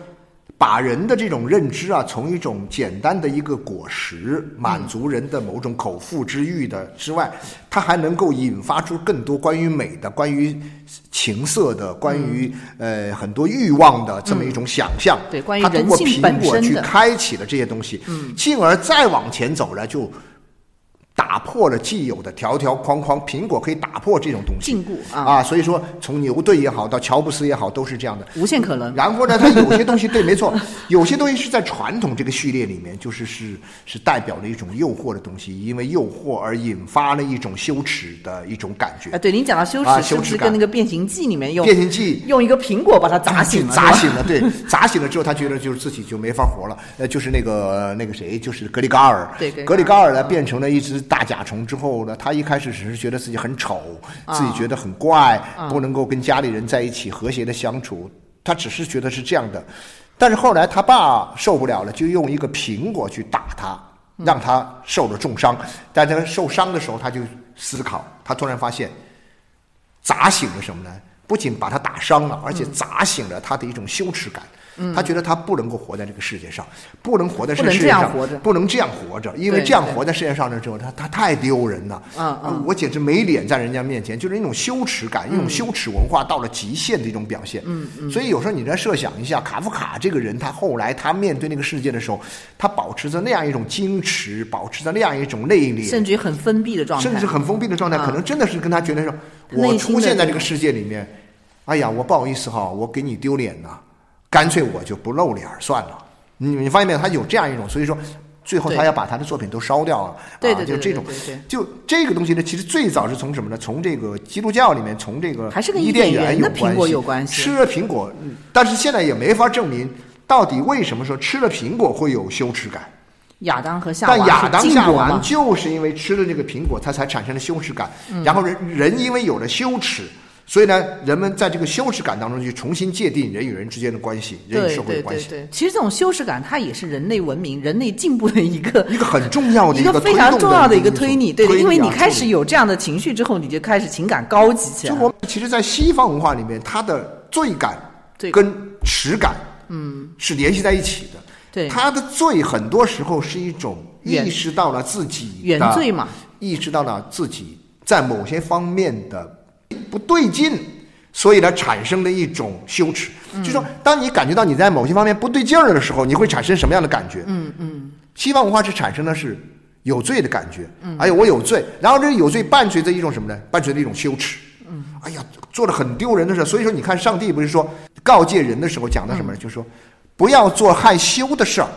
Speaker 2: 把人的这种认知啊，从一种简单的一个果实
Speaker 1: 嗯
Speaker 2: 满足人的某种口腹之欲的之外，它还能够引发出更多关于美的、关于情色的、关于、呃很多欲望的这么一种想象。
Speaker 1: 嗯对关于
Speaker 2: 它通
Speaker 1: 人
Speaker 2: 过
Speaker 1: 性
Speaker 2: 苹
Speaker 1: 本
Speaker 2: 果
Speaker 1: 身
Speaker 2: 去
Speaker 1: 的嗯
Speaker 2: 开启了这些东西，进而再往前走了就。打打破了既有的条条框框，苹果可以打破这种东西。
Speaker 1: 禁锢啊
Speaker 2: 啊，所以说从牛顿也好，到乔布斯也好，都是这样的。
Speaker 1: 无限可能。
Speaker 2: 然后呢，它有些东西对，没错，有些东西是在传统这个序列里面，就是是是代表了一种诱惑的东西，因为诱惑而引发了一种羞耻的一种感觉
Speaker 1: 啊，。对，您讲到羞耻，
Speaker 2: 啊
Speaker 1: 是不
Speaker 2: 羞
Speaker 1: 是
Speaker 2: 耻感
Speaker 1: 跟那个《变形记》里面用
Speaker 2: 变形记
Speaker 1: 用一个苹果把它砸醒了？
Speaker 2: 砸
Speaker 1: 是吧
Speaker 2: 醒了，对，砸醒了之后，他觉得就是自己就没法活了，呃，就是那个那个谁，就是格里高尔，
Speaker 1: 对格里
Speaker 2: 格里
Speaker 1: 高
Speaker 2: 高
Speaker 1: 尔
Speaker 2: 尔呢变成了一只大甲虫之后呢，他一开始只是觉得自己很丑，
Speaker 1: 啊
Speaker 2: 自己觉得很怪，不能够跟家里人在一起和谐的相处，他只是觉得是这样的，但是后来他爸受不了了，就用一个苹果去打他，让他受了重伤，但他受伤的时候他就思考，他突然发现。砸醒了什么呢？不仅把他打伤
Speaker 1: 嗯
Speaker 2: 了，而且砸醒了他的一种羞耻感。他觉得他不能够活在这个世界上，不能活在这
Speaker 1: 不能
Speaker 2: 个世
Speaker 1: 这
Speaker 2: 界
Speaker 1: 样
Speaker 2: 上
Speaker 1: 活着，
Speaker 2: 不能这样活着，因为
Speaker 1: 对
Speaker 2: 这样
Speaker 1: 对
Speaker 2: 活在世界上了之后，他他太丢人了。
Speaker 1: 嗯
Speaker 2: 啊
Speaker 1: 嗯
Speaker 2: 我简直没脸在人家面前，就是那种羞耻感，一种羞耻文化到了极限的一种表现。嗯嗯。所以有时候你再设想一下，卡夫卡这个人，他后来他面对那个世界的时候，他保持着那样一种矜持，保持着那样一种内敛，
Speaker 1: 甚至于很封闭的状态，
Speaker 2: 甚至很封闭的状态，
Speaker 1: 啊
Speaker 2: 可能真的是跟他觉得说，
Speaker 1: 他内
Speaker 2: 我
Speaker 1: 心
Speaker 2: 出
Speaker 1: 的
Speaker 2: 现在
Speaker 1: 这
Speaker 2: 这个世界里面，哎呀，我不好意思哈，我给你丢脸呐、干脆我就不露脸儿算了。你你发现没有，他有这样一种，所以说最后他
Speaker 1: 对
Speaker 2: 要把他的作品都烧掉了，
Speaker 1: 对对对
Speaker 2: 啊，就这种
Speaker 1: 对对对对，
Speaker 2: 就这个东西呢，其实最早是从什么呢？从这个基督教里面，从这个
Speaker 1: 还是跟
Speaker 2: 伊
Speaker 1: 伊
Speaker 2: 甸
Speaker 1: 甸园
Speaker 2: 有
Speaker 1: 的苹果有关系
Speaker 2: 吃了苹果，嗯但是现在也没法证明到底为什么说吃了苹果会有羞耻感。
Speaker 1: 亚当和夏娃
Speaker 2: 但亚当
Speaker 1: 是禁
Speaker 2: 夏
Speaker 1: 果
Speaker 2: 娃
Speaker 1: 嘛？
Speaker 2: 就是因为吃了这个苹果，他才产生了羞耻感。
Speaker 1: 嗯
Speaker 2: 然后人人因为有了羞耻，所以呢，人们在这个羞耻感当中去重新界定人与人之间的关系，人与
Speaker 1: 对
Speaker 2: 社会
Speaker 1: 对
Speaker 2: 的关
Speaker 1: 对
Speaker 2: 系，
Speaker 1: 对，其实这种羞耻感，它也是人类文明、人类进步的一个
Speaker 2: 一个很重要的
Speaker 1: 一
Speaker 2: 个
Speaker 1: 非常重要的一个推
Speaker 2: 理。
Speaker 1: 理，对的，因为
Speaker 2: 啊
Speaker 1: 你开始
Speaker 2: 助力
Speaker 1: 有这样的情绪之后，你就开始情感高级起来
Speaker 2: 就
Speaker 1: 了。
Speaker 2: 我们其实，在西方文化里面，它的罪感
Speaker 1: 罪感
Speaker 2: 跟耻感，嗯，是联系在一起的。
Speaker 1: 对
Speaker 2: 他的罪很多时候是一种
Speaker 1: 原
Speaker 2: 意识到了自己的
Speaker 1: 原罪嘛，
Speaker 2: 意识到了自己在某些方面的不对劲，所以呢产生的一种羞耻。就说，当你感觉到你在某些方面不对劲儿的时候，你会产生什么样的感觉？嗯嗯，西方文化是产生的是有罪的感觉。嗯，哎呦，我有罪，然后这有罪伴随着一种什么呢？伴随着一种羞耻。嗯，哎呀，做了很丢人的事。所以说，你看上帝不是说告诫人的时候讲到什么
Speaker 1: 嗯
Speaker 2: 呢？就是说，不要做害羞的事儿。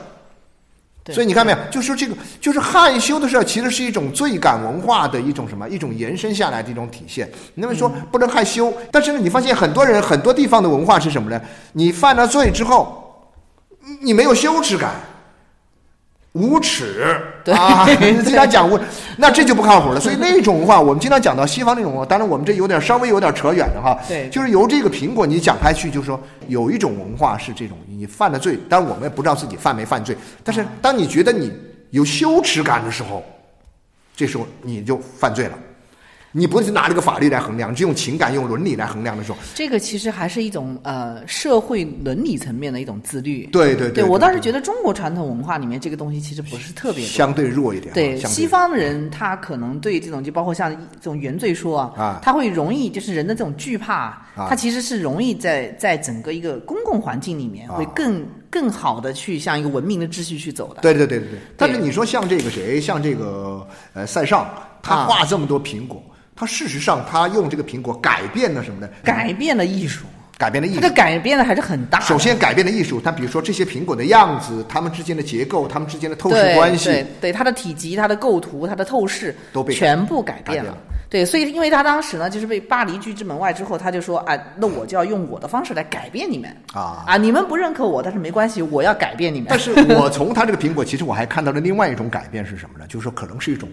Speaker 1: 对
Speaker 2: 所以你看没有，就是这个，就是害羞的事儿，其实是一种罪感文化的一种什么，一种延伸下来的一种体现。你那么
Speaker 1: 嗯
Speaker 2: 说不能害羞，但是呢，你发现很多人很多地方的文化是什么呢？你犯了罪之后，你你没有羞耻感，无耻，
Speaker 1: 对
Speaker 2: 啊，经常讲无，那这就不靠谱了。所以 那种文化，我们经常讲到西方那种文化，当然我们这有点稍微有点扯远了哈。
Speaker 1: 对
Speaker 2: 就是由这个苹果你讲开去，就是说有一种文化是这种，你犯了罪，但我们也不知道自己犯没犯罪，但
Speaker 1: 啊
Speaker 2: 是当你觉得你有羞耻感的时候，这时候你就犯罪了。你不是拿这个法律来衡量，是用情感、用伦理来衡量的时候，
Speaker 1: 这个其实还是一种呃社会伦理层面的一种自律。
Speaker 2: 对对对
Speaker 1: 我
Speaker 2: 对
Speaker 1: 倒是
Speaker 2: 对
Speaker 1: 觉得中国传统文化里面这个东西其实不是特别多。
Speaker 2: 相对弱一点啊。
Speaker 1: 对
Speaker 2: 相
Speaker 1: 西方人，他可能对这种就包括像这种原罪说啊，
Speaker 2: 啊
Speaker 1: 他会容易就是人的这种惧怕，
Speaker 2: 啊
Speaker 1: 他其实是容易在在整个一个公共环境里面
Speaker 2: 啊
Speaker 1: 会更、更好的去向一个文明的秩序去走的。
Speaker 2: 对对对对对。但是你说像这个谁，像这个呃塞尚，
Speaker 1: 啊
Speaker 2: 他画这么多苹果，他事实上他用这个苹果改变了什么呢？
Speaker 1: 改变了艺术，
Speaker 2: 改变了艺
Speaker 1: 它
Speaker 2: 术
Speaker 1: 的。改变的还是很大的。
Speaker 2: 首先改变了艺术，他比如说这些苹果的样子，它们之间的结构，它们之间的透视
Speaker 1: 对
Speaker 2: 关系，
Speaker 1: 对对它的体积、它的构图、它的透视
Speaker 2: 都被改
Speaker 1: 全部改
Speaker 2: 改
Speaker 1: 变
Speaker 2: 变
Speaker 1: 了
Speaker 2: 了。
Speaker 1: 对，所以因为他当时呢，就是被巴黎拒之门外之后，他就说啊，那我就要用我的方式来改变你们
Speaker 2: 啊
Speaker 1: 啊，你们不认可我，但是没关系，我要改变你们。
Speaker 2: 但是我从他这个苹果，其实我还看到了另外一种改变是什么呢？就是说，可能是一种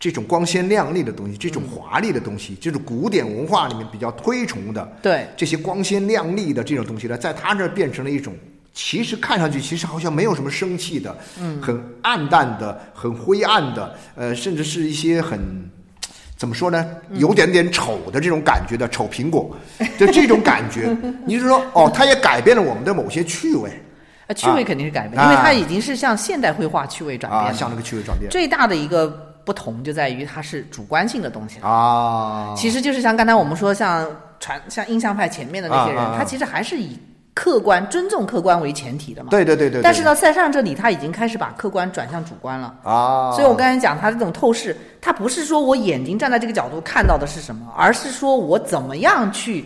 Speaker 2: 这种光鲜亮丽的东西，这种华丽的东西，这种古典文化里面比较推崇的，
Speaker 1: 对
Speaker 2: 这些光鲜亮丽的这种东西呢，在他这儿变成了一种。其实看上去其实好像没有什么生气的，嗯，很暗淡的，很灰暗的，呃，甚至是一些很怎么说呢，
Speaker 1: 嗯
Speaker 2: 有点点丑的这种感觉的丑苹果，就这种感觉，你是说哦，它也改变了我们的某些趣味
Speaker 1: 啊，趣味肯定是改变，
Speaker 2: 啊
Speaker 1: 因为它已经是向现代绘画趣味转
Speaker 2: 啊，
Speaker 1: 变
Speaker 2: 像
Speaker 1: 了。
Speaker 2: 那个趣味转变。
Speaker 1: 最大的一个不同就在于它是主观性的东西了。
Speaker 2: 啊，
Speaker 1: 其实就是像刚才我们说，像传像印象派前面的那些人
Speaker 2: 啊啊，啊
Speaker 1: 他其实还是以客观尊重客观为前提的嘛。
Speaker 2: 对对对对。对
Speaker 1: 但是呢，塞尚这里他已经开始把客观转向主观了。
Speaker 2: 啊，
Speaker 1: 所以我刚才讲，他这种透视，他不是说我眼睛站在这个角度看到的是什么，而是说我怎么样去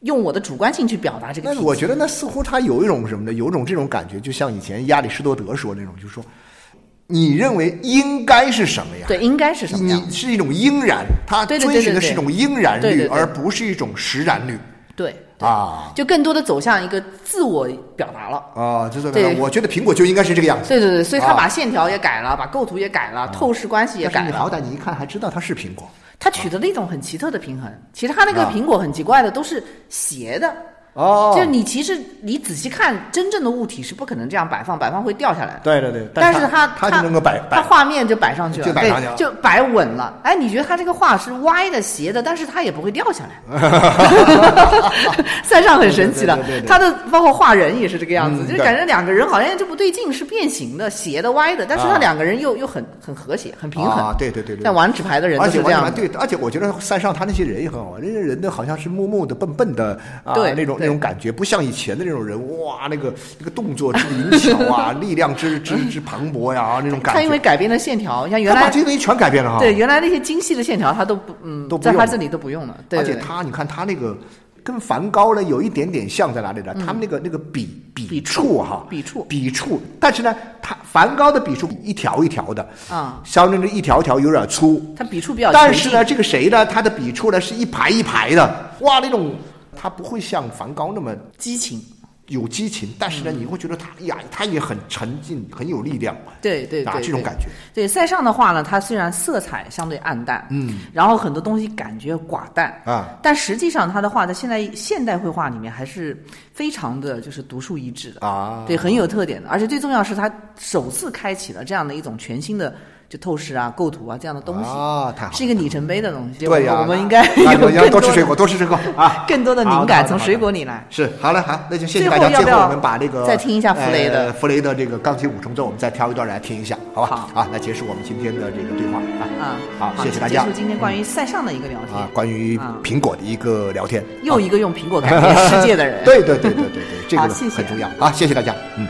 Speaker 1: 用我的主观性去表达这个
Speaker 2: 那
Speaker 1: 题。
Speaker 2: 我觉得那似乎他有一种什么呢？有一种这种感觉，就像以前亚里士多德说那种，就是说，你认为应该是什么呀？
Speaker 1: 对应该是什么样
Speaker 2: 你？是一种应然，他
Speaker 1: 对
Speaker 2: 遵
Speaker 1: 对对
Speaker 2: 循的
Speaker 1: 对对
Speaker 2: 是一种应然
Speaker 1: 对
Speaker 2: 律，
Speaker 1: 对对
Speaker 2: 而不是一种实然律
Speaker 1: 对，
Speaker 2: 啊
Speaker 1: 就更多的走向一个自我表达了。
Speaker 2: 啊！这
Speaker 1: 对
Speaker 2: 我觉得苹果就应该是这个样子。
Speaker 1: 对对对，所以他
Speaker 2: 啊
Speaker 1: 把线条也改了，把构图也改了，透视关系也
Speaker 2: 但是
Speaker 1: 改
Speaker 2: 你
Speaker 1: 了
Speaker 2: 好。歹你一看还知道它是苹果，
Speaker 1: 他取得了一种很奇特的平衡。其实他那个苹果很奇怪的，都是斜的。
Speaker 2: 啊哦
Speaker 1: 就你其实你仔细看，真正的物体是不可能这样摆放，摆放会掉下来的。
Speaker 2: 对对对，
Speaker 1: 但是
Speaker 2: 它
Speaker 1: 它
Speaker 2: 就能够摆
Speaker 1: 它
Speaker 2: 摆
Speaker 1: 画面就摆上去了，
Speaker 2: 就摆上去了
Speaker 1: 对，就摆稳了。哎，你觉得它这个画是歪的、斜的，但是它也不会掉下 来。塞尚很神奇的
Speaker 2: 对对对对，对
Speaker 1: 他的包括画人也是这个样子，
Speaker 2: 嗯
Speaker 1: 就是
Speaker 2: 对
Speaker 1: 感觉两个人好像就不对劲，是变形的、斜的、歪的，但是
Speaker 2: 啊
Speaker 1: 他两个人又又很很和谐、很平衡
Speaker 2: 啊。。对对对对，
Speaker 1: 但玩纸牌的人都
Speaker 2: 而且
Speaker 1: 是这
Speaker 2: 我感
Speaker 1: 样
Speaker 2: 觉
Speaker 1: 的。
Speaker 2: 对，而且我觉得塞尚他那些人也很好玩，那些人的好像是木木的、笨笨的啊，
Speaker 1: 对
Speaker 2: 那种
Speaker 1: 对
Speaker 2: 那种感觉，不像以前的那种人，哇，那个那个动作之灵 巧啊，力量之之之磅礴呀、那种感
Speaker 1: 他因为
Speaker 2: 觉。
Speaker 1: 改变了线条，像原
Speaker 2: 他把
Speaker 1: 来
Speaker 2: 这些东西全改变了哈。
Speaker 1: 对原来那些精细的线条，他都不嗯，
Speaker 2: 哦都不
Speaker 1: 在他
Speaker 2: 用
Speaker 1: 这里都不用了。对
Speaker 2: 而
Speaker 1: 对
Speaker 2: 且
Speaker 1: 对
Speaker 2: 他，你看他那个跟梵高呢有一点点像在哪里呢？他们那个那个笔笔
Speaker 1: 笔
Speaker 2: 触哈，
Speaker 1: 嗯笔触
Speaker 2: 笔触，但是呢，他梵高的笔触一条一条的，
Speaker 1: 啊，
Speaker 2: 肖战这一条条有点粗，
Speaker 1: 他笔触比较
Speaker 2: 但
Speaker 1: 前
Speaker 2: 是
Speaker 1: 进
Speaker 2: 呢，这个谁呢？他的笔触呢是一排一排的，哇，那种他不会像梵高那么
Speaker 1: 激情。
Speaker 2: 有激情，但是呢，你会觉得他哎呀，他也很沉静，很有力量，
Speaker 1: 对对对
Speaker 2: 啊，这种
Speaker 1: 对
Speaker 2: 感觉。
Speaker 1: 对塞尚的话呢，它虽然色彩相对暗淡，嗯，然后很多东西感觉寡淡
Speaker 2: 啊，
Speaker 1: 但实际上他的画在现代现代绘画里面还是非常的就是独树一帜的
Speaker 2: 啊
Speaker 1: 对，很有特点的。而且最重要是他首次开启了这样的一种全新的就透视啊、构图啊这样的东西
Speaker 2: 啊太好了
Speaker 1: 是一个里程碑的东西。
Speaker 2: 对呀，
Speaker 1: 我们应该
Speaker 2: 那
Speaker 1: 有
Speaker 2: 那
Speaker 1: 更
Speaker 2: 要
Speaker 1: 多
Speaker 2: 多吃水
Speaker 1: 的
Speaker 2: 果，多吃水果啊。
Speaker 1: 更多的
Speaker 2: 好
Speaker 1: 灵
Speaker 2: 的好
Speaker 1: 感
Speaker 2: 的
Speaker 1: 从
Speaker 2: 好
Speaker 1: 水
Speaker 2: 的
Speaker 1: 果里来。
Speaker 2: 是，好了，好，那就谢谢
Speaker 1: 最后
Speaker 2: 大家。
Speaker 1: 要
Speaker 2: 最
Speaker 1: 不
Speaker 2: 后我
Speaker 1: 要
Speaker 2: 们把那个
Speaker 1: 再听一下弗雷的
Speaker 2: 呃弗雷的这个钢琴五重奏，我们再挑一段来听一下，好吧？啊，那结束我们今天的这个对话啊。
Speaker 1: 啊，
Speaker 2: 好谢谢大
Speaker 1: 结
Speaker 2: 家
Speaker 1: 束今天关于塞尚的一个聊天，
Speaker 2: 啊，关于
Speaker 1: 啊
Speaker 2: 苹果的一个聊天，
Speaker 1: 又一个用苹果改变世界的人。
Speaker 2: 对对对对对对，这个
Speaker 1: 好
Speaker 2: 呢
Speaker 1: 谢谢
Speaker 2: 很重要啊！谢谢大家，嗯。